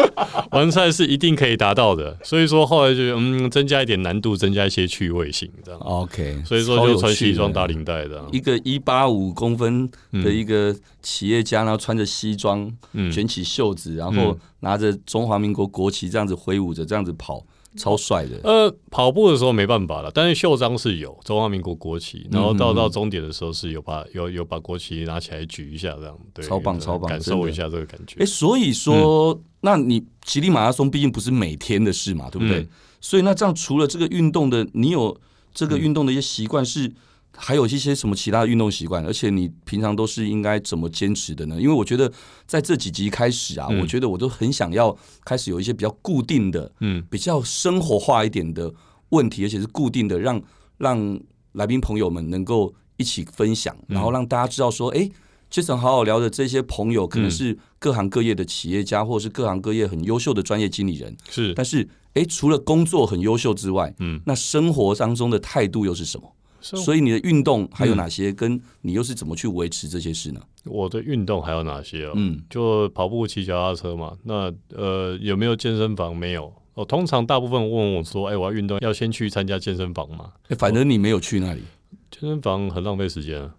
C: 完赛是一定可以达到的，所以说后来就嗯增加一点难度，增加一些趣味性这样，
B: OK，
C: 所以说
B: 超有
C: 就穿
B: 趣
C: 西装
B: 的
C: 打领带这样。
B: 一个一八五公分的一个企业家，然后穿着西装，
C: 嗯
B: 卷起袖子，然后
C: 嗯
B: 拿着中华民国国旗这样子挥舞着，这样子跑，超帅的。
C: 呃，跑步的时候没办法了，但是袖章是有中华民国国
B: 嗯
C: 旗，然后到到终点的时候是有把有有把国旗拿起来举一下，这样对，
B: 超棒超棒
C: 感
B: 真
C: 受
B: 的
C: 一下这个感觉嗯
B: 哎，。所以说，那你骑力马拉松毕竟不是每天的事嘛，对不对？
C: 嗯
B: 所以那这样除了这个运动的，你有这个运动的一些习惯是。还有一些什么其他的运动习惯，而且你平常都是应该怎么坚持的呢？因为我觉得在这几集开始啊，
C: 嗯
B: 我觉得我都很想要开始有一些比较固定的，
C: 嗯，
B: 比较生活化一点的问题，而且是固定的，让让来宾朋友们能够一起分享，然后让大家知道说，哎、杰森好好聊的这些朋友，可能是各行各业的企业家，或者是各行各业很优秀的专业经理人。
C: 是
B: 但是，哎，除了工作很优秀之外，
C: 嗯，
B: 那生活当中的态度又是什么？
C: 所
B: 所以你的运动还有哪些？跟你又是怎么去维持这些事呢？
C: 我的运动还有哪些哦？
B: 嗯
C: 就跑步、骑脚踏车嘛。那呃，有没有健身房？没有。哦，通常大部分问我说：“哎、我要运动，要先去参加健身房嘛
B: 诶反正你没有去那里，？”
C: 健身房很浪费时间啊。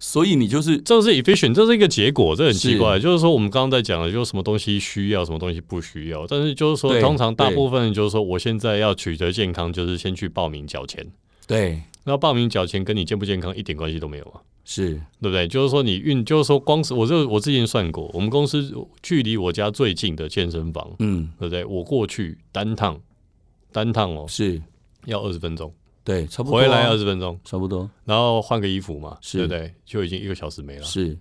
B: 所以你就是
C: 这是 efficient，这是一个结果，这很
B: 是
C: 奇怪。就是说，我们刚刚在讲的，就是什么东西需要，什么东西不需要。但是就是说，
B: 对
C: 通常大
B: 对
C: 部分就是说，我现在要取得健康，就是先去报名缴钱。
B: 对，
C: 那报名缴钱跟你健不健康一点关系都没有啊。
B: 是
C: 对不对？就是说你运，就是说光是我这我之前算过，我们公司距离我家最近的健身房，
B: 嗯
C: 对不对？我过去单趟单趟哦，
B: 是，
C: 要二十分钟，
B: 对，差不多啊、
C: 回来二十分钟，
B: 差不多
C: 然后换个衣服嘛，
B: 是
C: 对不对？啊就已经一个小时没了，
B: 是，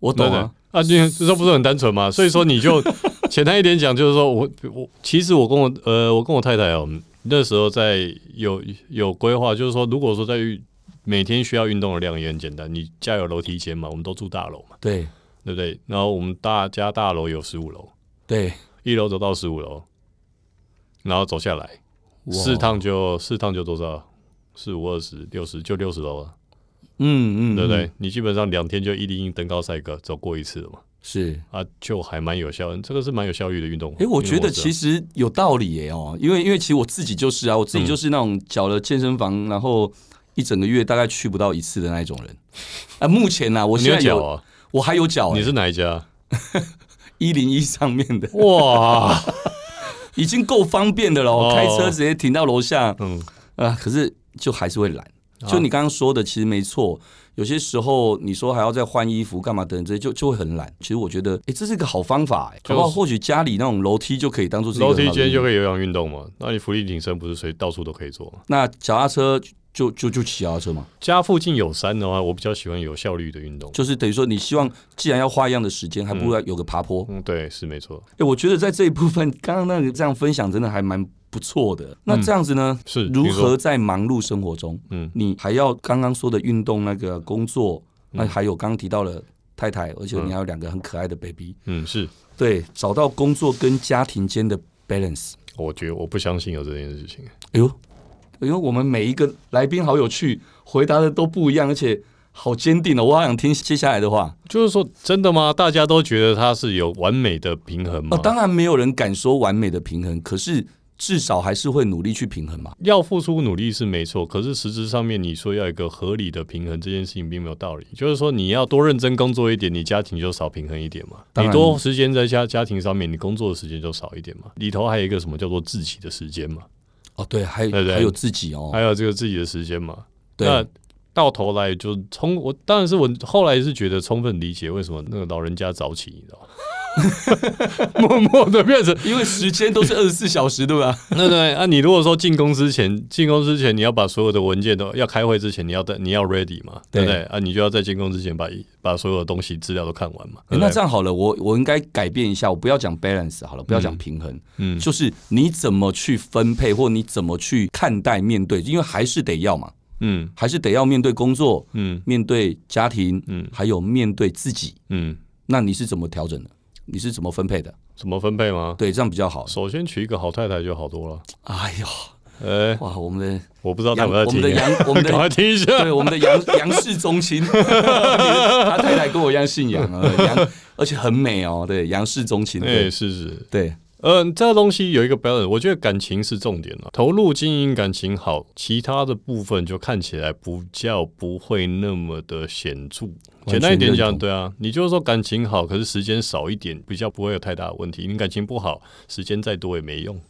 B: 我懂
C: 对不对
B: 啊，？
C: 啊，这这不是很单纯嘛？所以说 你就简单一点讲，就是说我我其实我跟我呃我跟我太太哦，那时候在有有规划，就是说如果说在运每天需要运动的量也很简单，你家有楼梯间嘛，我们都住大楼嘛。
B: 对
C: 对不对？然后我们大家大楼有十五楼，
B: 对，
C: 一楼走到十五楼，然后走下来
B: 哇
C: 四，趟就四趟就多少？四五二十六十就六十楼了，啊
B: 嗯嗯，
C: 对不对？
B: 嗯？
C: 你基本上两天就一零一登高赛格走过一次了嘛，
B: 是，
C: 啊，就还蛮有效，这个是蛮有效率的运动。
B: 哎，我觉得
C: 实
B: 其实有道理耶哦，因为因为其实我自己就是啊，我
C: 嗯
B: 自己就是那种缴了健身房，然后一整个月大概去不到一次的那一种人。 啊，目前呢，我
C: 你
B: 现
C: 有
B: 在
C: 脚
B: 有，哎
C: 啊？
B: 我还有缴
C: 你，是哪 一家？
B: 一零一上面的，
C: 哇，
B: 已经够方便的了哦，
C: 哦
B: 开车直接停到楼下，
C: 嗯，
B: 啊，可是就还是会懒。
C: 啊
B: 就你刚刚说的，其实没错。有些时候你说还要再换衣服干嘛等等这些，就就会很懒。其实我觉得，哎、这是一个好方法、诶
C: 就
B: 搞
C: 是
B: 不好或许家里那种楼梯就可以当做是一个
C: 楼梯间就
B: 以。
C: 可以有氧运动嘛？那你浮力挺身不是随到处都可以做吗？
B: 那脚踏车就就就骑脚踏车嘛，
C: 家附近有山的话，我比较喜欢有效率的运动。
B: 就是等于说你希望，既然要花一样的时间，还不如要有个爬坡。哎、
C: 嗯，对，是没错，
B: 我觉得在这一部分，刚刚那个这样分享真的还蛮不错的。
C: 嗯
B: 那这样子呢，
C: 是
B: 如
C: 你说
B: 何在忙碌生活中，
C: 嗯
B: 你还要刚刚说的运动、那个工作，那还有刚刚提到了太太，而且你还有两个很可爱的 baby，、
C: 嗯，是，
B: 对，找到工作跟家庭间的 balance。
C: 我觉得我不相信有这件事情。
B: 哎呦，因为我们每一个来宾好有趣，回答的都不一样，而且好坚定哦。我好想听接下来的话。
C: 就是说，真的吗？大家都觉得它是有完美的平衡吗？
B: 哦，当然没有人敢说完美的平衡，可是至少还是会努力去平衡嘛。
C: 要付出努力是没错，可是实质上面你说要有一个合理的平衡，这件事情并没有道理。就是说，你要多认真工作一点，你家庭就少平衡一点嘛。
B: 当
C: 你
B: 然
C: 多时间在家家庭上面，你工作的时间就少一点嘛。里头还有一个什么叫做自己的时间嘛，
B: 哦，对，还有
C: 对对
B: 还有自己哦
C: 还，有这个自己的时间嘛。那
B: 对，
C: 到头来就充我，当然是我后来是觉得充分理解为什么那个老人家早起，你知道吗？ 默默的变成
B: 因为时间都是二十四小时，对吧？
C: 对对啊，你如果说进公司前，进公司前你要把所有的文件都要开会之前，你要在你要 ready 嘛，对
B: 对
C: 不对？啊，你就要在进公司前把一把所有的东西资料都看完嘛。
B: 诶
C: 对不对
B: 哎那这样好了，我我应该改变一下，我不要讲 balance 好了，不要讲平衡，
C: 嗯
B: 就是你怎么去分配，或你怎么去看待面对，因为还是得要嘛，
C: 嗯
B: 还是得要面对工作，
C: 嗯
B: 面对家庭，
C: 嗯
B: 还有面对自己。
C: 嗯，
B: 那你是怎么调整的？你是怎么分配的？
C: 怎么分配吗？
B: 对，这样比较好。
C: 首先娶一个好太太就好多了。
B: 哎呦，
C: 呃、
B: 哇，我们的
C: 我不知道他
B: 杨，
C: 们在
B: 我们
C: 听
B: 的
C: 耶，
B: 杨，我们
C: 赶快
B: 的。
C: 听一下。
B: 对我们的杨杨氏宗亲，你的 他太太跟我一样姓杨啊，杨而且很美哦，对杨氏宗亲，
C: 哎、
B: 对
C: 是是，
B: 对，
C: 嗯，这个东西有一个 balance，我觉得感情是重点了。投入经营感情好，其他的部分就看起来不叫不会那么的显著。简单一点
B: 完全认
C: 讲，
B: 同
C: 对啊，你就是说感情好，可是时间少一点，比较不会有太大的问题。你感情不好，时间再多也没用。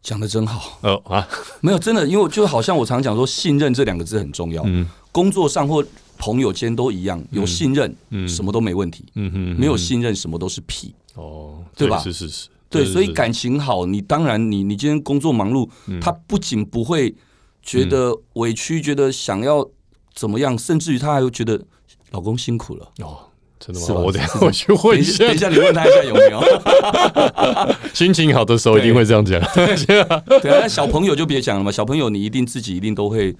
B: 讲的真好，
C: 呃啊，
B: 没有真的，因为我就好像我常讲说，信任这两个字很重要，
C: 嗯
B: 工作上或朋友间都一样，有信任，
C: 嗯
B: 什么都没问题；
C: 嗯哼，
B: 没有信任，什么都是屁。
C: 哦，
B: 对吧
C: 是是是，
B: 对，
C: 是
B: 所以
C: 是
B: 感情好，你当然你你今天工作忙碌，
C: 嗯
B: 他不仅不会觉得委屈，觉得想要怎么样，甚至于他还会觉得老公辛苦了。
C: 哦，真的
B: 是
C: 吗？
B: 吧
C: 我等一下我去问
B: 等
C: 一
B: 一
C: 下
B: 下，等一，下你问他一下有没有？
C: 心情好的时候一定会这样讲。
B: 对啊，那小朋友就别讲了嘛，小朋友你一定自己一定都会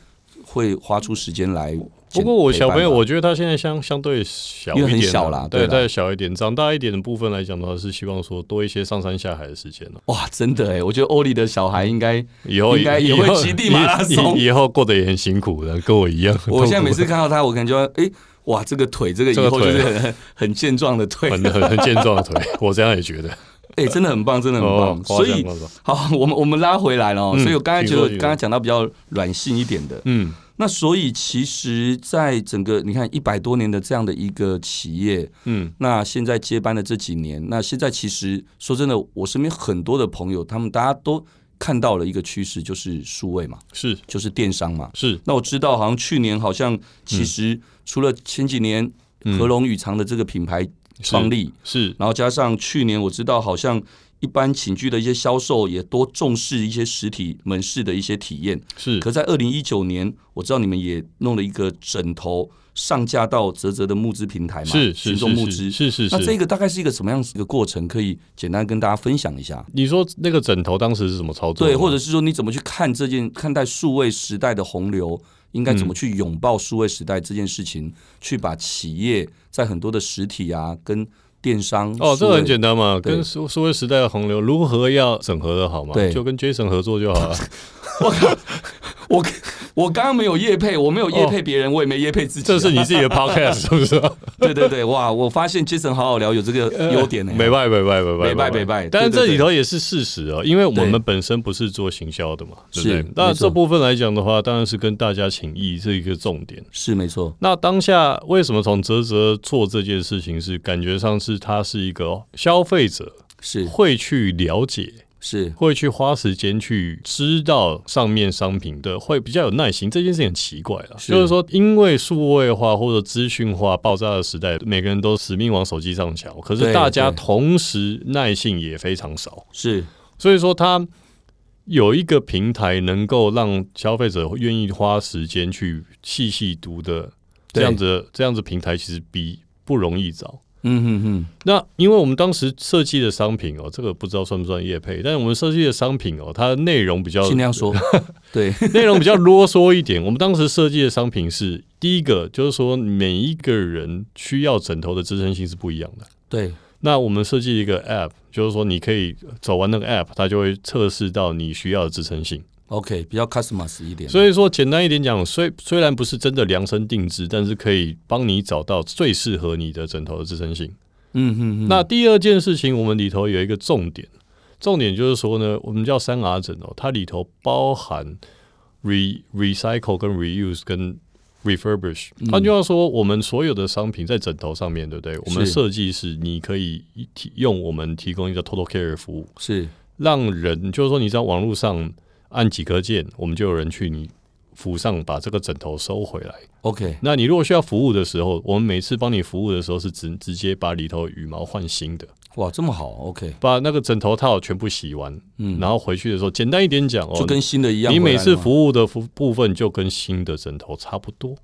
B: 会花出时间来。
C: 不过我小朋友，我觉得他现在相相对小一
B: 因为很
C: 点啊，
B: 小啦
C: 对，
B: 对啦
C: 再小一点，长大一点的部分来讲的话，是希望说多一些上山下海的时间了。
B: 哇，真的
C: 嗯
B: 哎，我觉得欧丽的小孩应该，
C: 以后
B: 应该也
C: 以后
B: 会骑地马拉松
C: 以以以后过得也很辛苦的，跟我一样。
B: 我现在每次
C: 很
B: 看到他，我感觉哎、哇，这个腿，这个以
C: 这个
B: 后就是
C: 腿
B: 很很健壮的腿，
C: 痛苦 很很很健壮的腿，我这样也觉得。
B: 哎、真的很棒， 真的很棒。
C: 哦，
B: 所以
C: 夸张夸张
B: 好，我们我们拉回来了、哦。
C: 嗯
B: 所以我刚才觉
C: 请
B: 得
C: 说请说
B: 刚才讲到比较软性一点的，
C: 嗯
B: 那所以其实，在整个你看一百多年的这样的一个企业，
C: 嗯
B: 那现在接班的这几年，那现在其实说真的，我身边很多的朋友，他们大家都看到了一个趋势，就是数位嘛，
C: 是
B: 就是电商嘛。
C: 是
B: 那我知道，好像去年好像
C: 嗯
B: 其实除了前几年合龙宇藏的这个品牌创立，
C: 是
B: 然后加上去年我知道好像一般寝具的一些销售也多重视一些实体门市的一些体验。
C: 是
B: 可在二零一九年，我知道你们也弄了一个枕头上架到泽泽的募资平台嘛，
C: 是
B: 群
C: 是
B: 众募
C: 是
B: 资
C: 是。是是
B: 那
C: 是
B: 这个大概是一个什么样子一个过程？可以简单跟大家分享一下。
C: 你说那个枕头当时是怎么操作的
B: 对，
C: 吗？
B: 或者是说你怎么去看这件看待数位时代的洪流，应该怎
C: 嗯
B: 么去拥抱数位时代这件事情，去把企业在很多的实体啊跟电商
C: 哦，这
B: 数
C: 个
B: 位
C: 很简单嘛，
B: 对
C: 跟数数位时代的洪流如何要整合的好嘛？
B: 对
C: 就跟 Jason 合作就好了。
B: 我我刚刚没有业配，我没有业配别人，我也没业配自己、啊
C: 这 是你自己的 podcast 是不是？呃
B: 对对对，哇！我发现 Jason 好好聊有这个优点呢、欸
C: 没拜没拜没拜
B: 没拜没拜
C: 但
B: 对
C: 是
B: 对
C: 这
B: 对
C: 里头也是事实啊，因为我
B: 对
C: 们本身不是做行销的嘛，对
B: 是
C: 不对
B: 没？
C: 那
B: 错
C: 这部分来讲的话，当然是跟大家请益这一个重点。
B: 是没错，
C: 那当下为什么从泽泽做这件事情是感觉上是它是一个哦消费者
B: 是
C: 会去了解，
B: 是
C: 会去花时间去知道上面商品的，会比较有耐心。这件事情很奇怪了，
B: 是
C: 就是说，因为数位化或者资讯化爆炸的时代，每个人都死命往手机上瞧，可
B: 对
C: 是大家
B: 对
C: 同时耐性也非常少，
B: 是
C: 所以说它。有一个平台能够让消费者愿意花时间去细细读的，这
B: 对
C: 样子这样子平台其实比不容易找。
B: 嗯哼哼，
C: 那因为我们当时设计的商品哦，这个不知道算不算业配，但是我们设计的商品哦，它的内容比较
B: 尽量说，对
C: 内容比较啰嗦一点。我们当时设计的商品是第一个，就是说每一个人需要枕头的支撑性是不一样的。
B: 对
C: 那我们设计一个 app，就是说你可以走完那个 app，它就会测试到你需要的支撑
B: 嗯
C: 性。
B: ，OK，比较 customers 一点，
C: 所以说简单一点讲，虽虽然不是真的量身定制，但是可以帮你找到最适合你的枕头的支撑性。
B: 嗯哼哼，
C: 那第二件事情，我们里头有一个重点，重点就是说呢，我们叫三 R 枕哦，它里头包含 re recycle 跟 reuse 跟 refurbish。换句话说，我们所有的商品在枕头上面，对不对？我们
B: 嗯是
C: 设计是你可以一提用我们提供一个 total care 服务，
B: 是
C: 让人就是说你在网络上按几个键，我们就有人去你。府上把这个枕头收回来。
B: OK，
C: 那你如果需要服务的时候，我们每次帮你服务的时候是直直接把里头羽毛换新的。
B: 哇，这么好，OK，
C: 把那个枕头套全部洗完，
B: 嗯
C: 然后回去的时候，简单一点讲哦，
B: 就跟新的一样
C: 你
B: 回来了
C: 每
B: 吗，
C: 次服务的服部分就跟新的枕头差不多。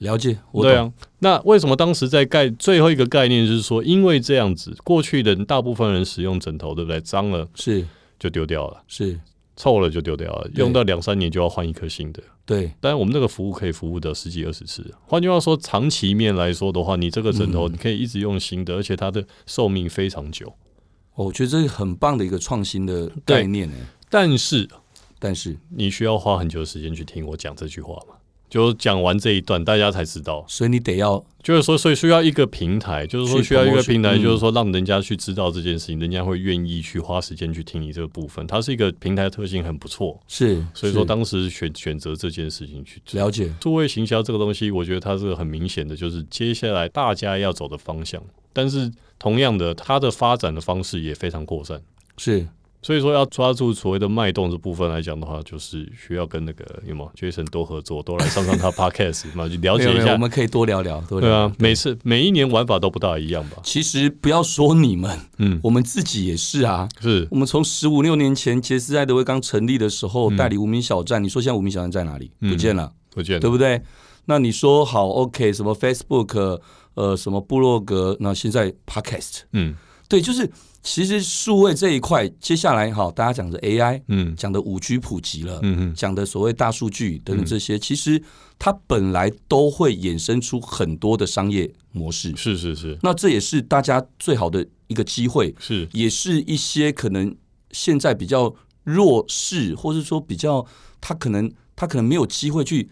B: 了解，我
C: 对
B: 懂，
C: 啊，那为什么当时在概最后一个概念就是说，因为这样子，过去的大部分人使用枕头，对不对？脏了
B: 是
C: 就丢掉了，
B: 是，
C: 臭了就丢掉了，
B: 对
C: 用到两三年就要换一颗新的。
B: 对，
C: 但是我们这个服务可以服务的十几二十次。换句话说，长期面来说的话，你这个
B: 嗯
C: 枕头你可以一直用新的，而且它的寿命非常久。
B: 哦我觉得这是很棒的一个创新的概念呢，欸
C: 但是
B: 但是
C: 你需要花很久的时间去听我讲这句话吗？就讲完这一段，大家才知道。
B: 所以你得要
C: 就是说，所以需要一个平台，就是说
B: 去
C: 需要一个
B: promotion，
C: 平台，
B: 嗯
C: 就是说让人家去知道这件事情，人家会愿意去花时间去听你这个部分。它是一个平台的特性很不错，
B: 是，
C: 所以说
B: 是
C: 当时选选择这件事情去做。
B: 了解
C: 数位行销这个东西，我觉得它是很明显的，就是接下来大家要走的方向。但是同样的，它的发展的方式也非常扩散。
B: 是
C: 所以说，要抓住所谓的脉动这部分来讲的话，就是需要跟那个有没有 Jason 多合作，多来上 上他 podcast 嘛，去了
B: 没有没
C: 解一
B: 有，我
C: 下。
B: 们可以多聊聊，多聊
C: 对
B: 聊
C: 啊，每次每一年玩法都不大一样吧？
B: 其实不要说你们，
C: 嗯，
B: 我们自己也是啊。
C: 是
B: 我们从十五六年前杰斯爱德威刚成立的时候，代理无名小站，你说现在无名小站在哪里？
C: 嗯
B: 不见了，
C: 不
B: 对
C: 见得
B: 不对？那你说好 OK，什么 Facebook，呃，什么部落格，那现在 Podcast，
C: 嗯
B: 对，就是其实数位这一块，接下来好，大家讲的 AI，
C: 嗯
B: 讲的五 G 普及了，
C: 嗯嗯，
B: 讲的所谓大数据等等这些，其实它本来都会衍生出很多的商业模式。
C: 是是是
B: 那这也是大家最好的一个机会，
C: 是，
B: 也是一些可能现在比较弱势，或是说比较他可能他可能没有机会去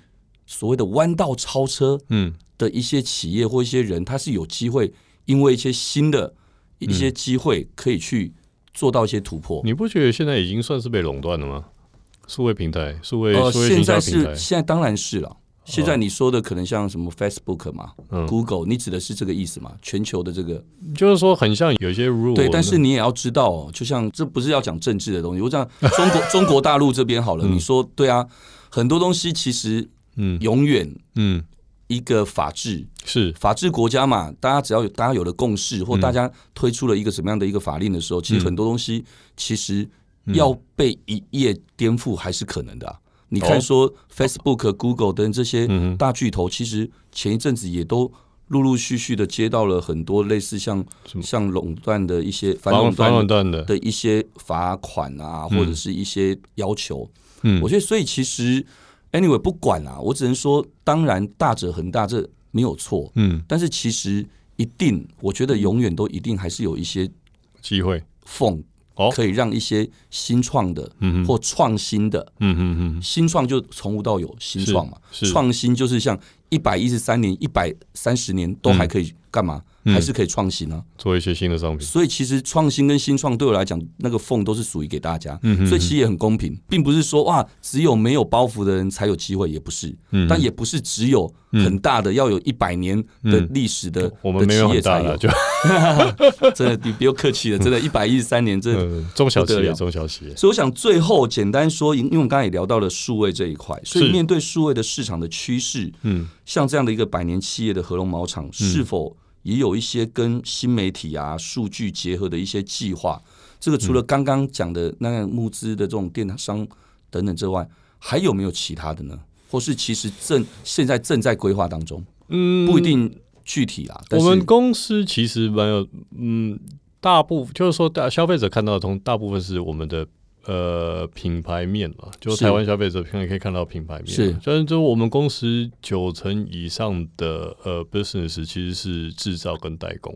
B: 所谓的弯道超车
C: 嗯
B: 的一些企业或一些人，他是有机会因为一些新的一些机会可以去做到一些突破。
C: 你不觉得现在已经算是被垄断了吗？数位平台，数位
B: 呃，
C: 数位行
B: 现
C: 销
B: 在
C: 平
B: 是
C: 台，啊
B: 现在当然是了。现在你说的可能像什么 Facebook 嘛、
C: 嗯
B: Google，你指的是这个意思嘛？全球的这个
C: 就是说很像有一些 rule，
B: 对，但是你也要知道哦，就像这不是要讲政治的东西，我讲中国 中国大陆这边好了，你说对啊，很多东西其实
C: 嗯
B: 永远
C: 嗯
B: 一个法治
C: 是
B: 法治国家嘛，大家只要有大家有了共识，或
C: 嗯
B: 大家推出了一个什么样的一个法令的时候，其实很多东西其实
C: 嗯
B: 要被一夜颠覆还是可能的啊、你看，说 Facebook、Google 等这些
C: 哦嗯
B: 大巨头，其实前一阵子也都陆陆续续的接到了很多类似像
C: 什么
B: 像垄断的一些反垄
C: 反反
B: 断
C: 垄断的，
B: 的一些罚款啊，
C: 嗯
B: 或者是一些要求。
C: 嗯
B: 我觉得，所以其实 anyway 不管啦、我只能说，当然大者恒大，这没有错。
C: 嗯
B: 但是其实一定，我觉得永远都一定还是有一些
C: 机会，
B: 缝
C: 哦，
B: 可以让一些新创的
C: 嗯嗯
B: 或创新的
C: 嗯嗯嗯，
B: 新创就从无到有新创嘛，
C: 是是
B: 创新就是像一百一十三年、一百三十年都还可以干嘛？
C: 嗯
B: 还是可以创新啊。
C: 做一些新的商品，
B: 所以其实创新跟新创对我来讲，那个缝都是属于给大家，
C: 嗯哼
B: 所以其实也很公平，并不是说哇，只有没有包袱的人才有机会，也不是，
C: 嗯
B: 但也不是只有很大的、要有一百年的历史的、
C: 嗯我们没
B: 的
C: 有
B: 企业
C: 很大
B: 才
C: 了，
B: 有。
C: 就
B: 真的，你不用客气了，真的，一百一十三年，真的。
C: 嗯中小企
B: 不得
C: 业，
B: 了
C: 中小企业，
B: 所以我想最后简单说，因因为我们刚才也聊到了数位这一块，所以
C: 是
B: 面对数位的市场的趋势，
C: 嗯
B: 像这样的一个百年企业的合龙毛厂，是否也有一些跟新媒体啊、数据结合的一些计划？这个除
C: 嗯
B: 了刚刚讲的那样募资的这种电商等等之外，还有没有其他的呢？或是其实正现在正在规划当中，
C: 嗯，
B: 不一定具体啦。但
C: 我
B: 是
C: 们公司其实蛮有，嗯，大部就是说大消费者看到的通大部分是我们的呃品牌面嘛，就是
B: 是
C: 台湾消费者平常可以看到品牌面，
B: 是
C: 虽然说我们公司九成以上的呃 business 其实是制造跟代工，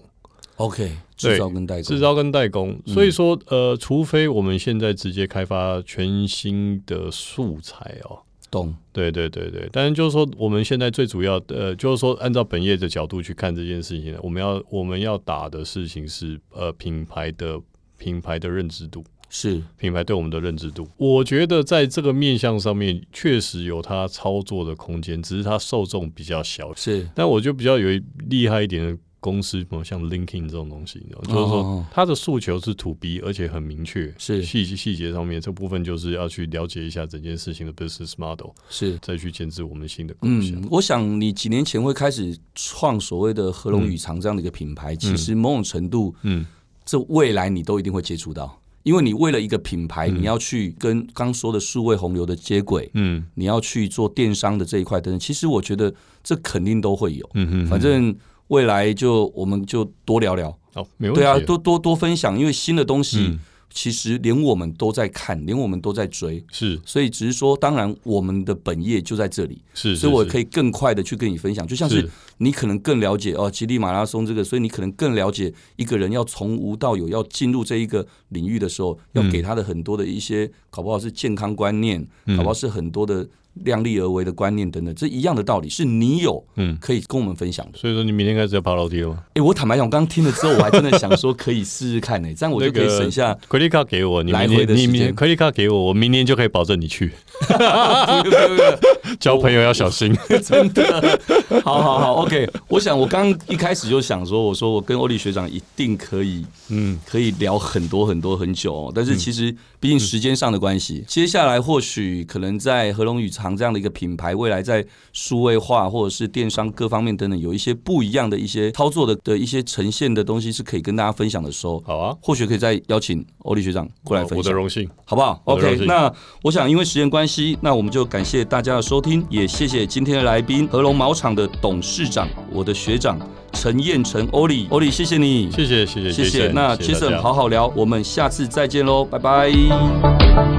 B: OK
C: 对
B: 制造跟代工，
C: 制造跟代工，
B: 嗯
C: 所以说呃，除非我们现在直接开发全新的素材哦。
B: 懂
C: 对对对对，但是就是说，我们现在最主要的，呃，就是说，按照本业的角度去看这件事情呢，我们要我们要打的事情是，呃，品牌的品牌的认知度，
B: 是
C: 品牌对我们的认知度。我觉得在这个面向上面，确实有它操作的空间，只是它受众比较小。
B: 是
C: 但我就比较有一厉害一点的公司，比如像 LinkedIn 这种东西，你知道，就是
B: 哦哦
C: 说它的诉求是 to B，而且很明确，
B: 是
C: 细细节上面这部分就是要去了解一下整件事情的 business model。
B: 是。
C: 再去建制我们新的贡献。
B: 嗯，我想你几年前会开始创所谓的合龙宇长这样的一个品牌，其实某种程度，
C: 嗯
B: 这未来你都一定会接触到，因为你为了一个品牌，你要去跟刚说的数位洪流的接轨，
C: 嗯
B: 你要去做电商的这一块等等。其实我觉得这肯定都会有，
C: 嗯嗯，
B: 反正未来就我们就多聊聊，
C: 好，没问题。
B: 对啊，多多多分享，因为新的东西
C: 嗯
B: 其实连我们都在看，连我们都在追。
C: 是
B: 所以只是说，当然我们的本业就在这里，
C: 是，
B: 所以我可
C: 以
B: 以更快的去跟你分享，就像是
C: 是
B: 你可能更了解哦，吉利马拉松这个，所以你可能更了解一个人要从无到有，要进入这一个领
C: 嗯嗯
B: 域的时候，要给他的很多的一些，搞不好是健康观念，搞不好是很多的量力而为的观念等等，这一样的道理，是你有
C: 嗯，
B: 可以跟我们分享的。
C: 所以说你明天开始要爬楼梯了吗？
B: 哎、我坦白讲，我刚听了之后，我还真的想说可以试试看呢、这样我就可以省下。
C: credit card 给我，你明
B: 来回
C: 年
B: 的
C: 你
B: 时
C: 明
B: 间
C: credit card 给我，我明年就可以保证你去
B: 不用不用不用
C: 交朋友要小心。
B: 真的，好好好，OK。我想我刚一开始就想说，我说我跟欧丽学长一定可以
C: 嗯，
B: 可以聊很多很多很久、哦，但是其实毕竟时间上的关
C: 嗯
B: 系，接下来或许可能在合龙宇堂这样的一个品牌，未来在数位化或者是电商各方面等等，有一些不一样的一些操作的的一些呈现的东西是可以跟大家分享的时候，
C: 好啊，
B: 或许可以再邀请欧丽学长过来分
C: 我的
B: 享。
C: 荣幸，
B: 好不好
C: 我的荣
B: ？OK，
C: 幸
B: 那我想因为时间关系，那我们就感谢大家的收听，也谢谢今天的来宾合龙毛厂的董事长，我的学长陈彦成欧丽，欧丽，谢谢你，
C: 谢谢谢谢
B: 谢谢。
C: Jason，
B: 那
C: 谢谢大
B: Jason
C: 家
B: 好好聊，我们下次再见喽，拜拜。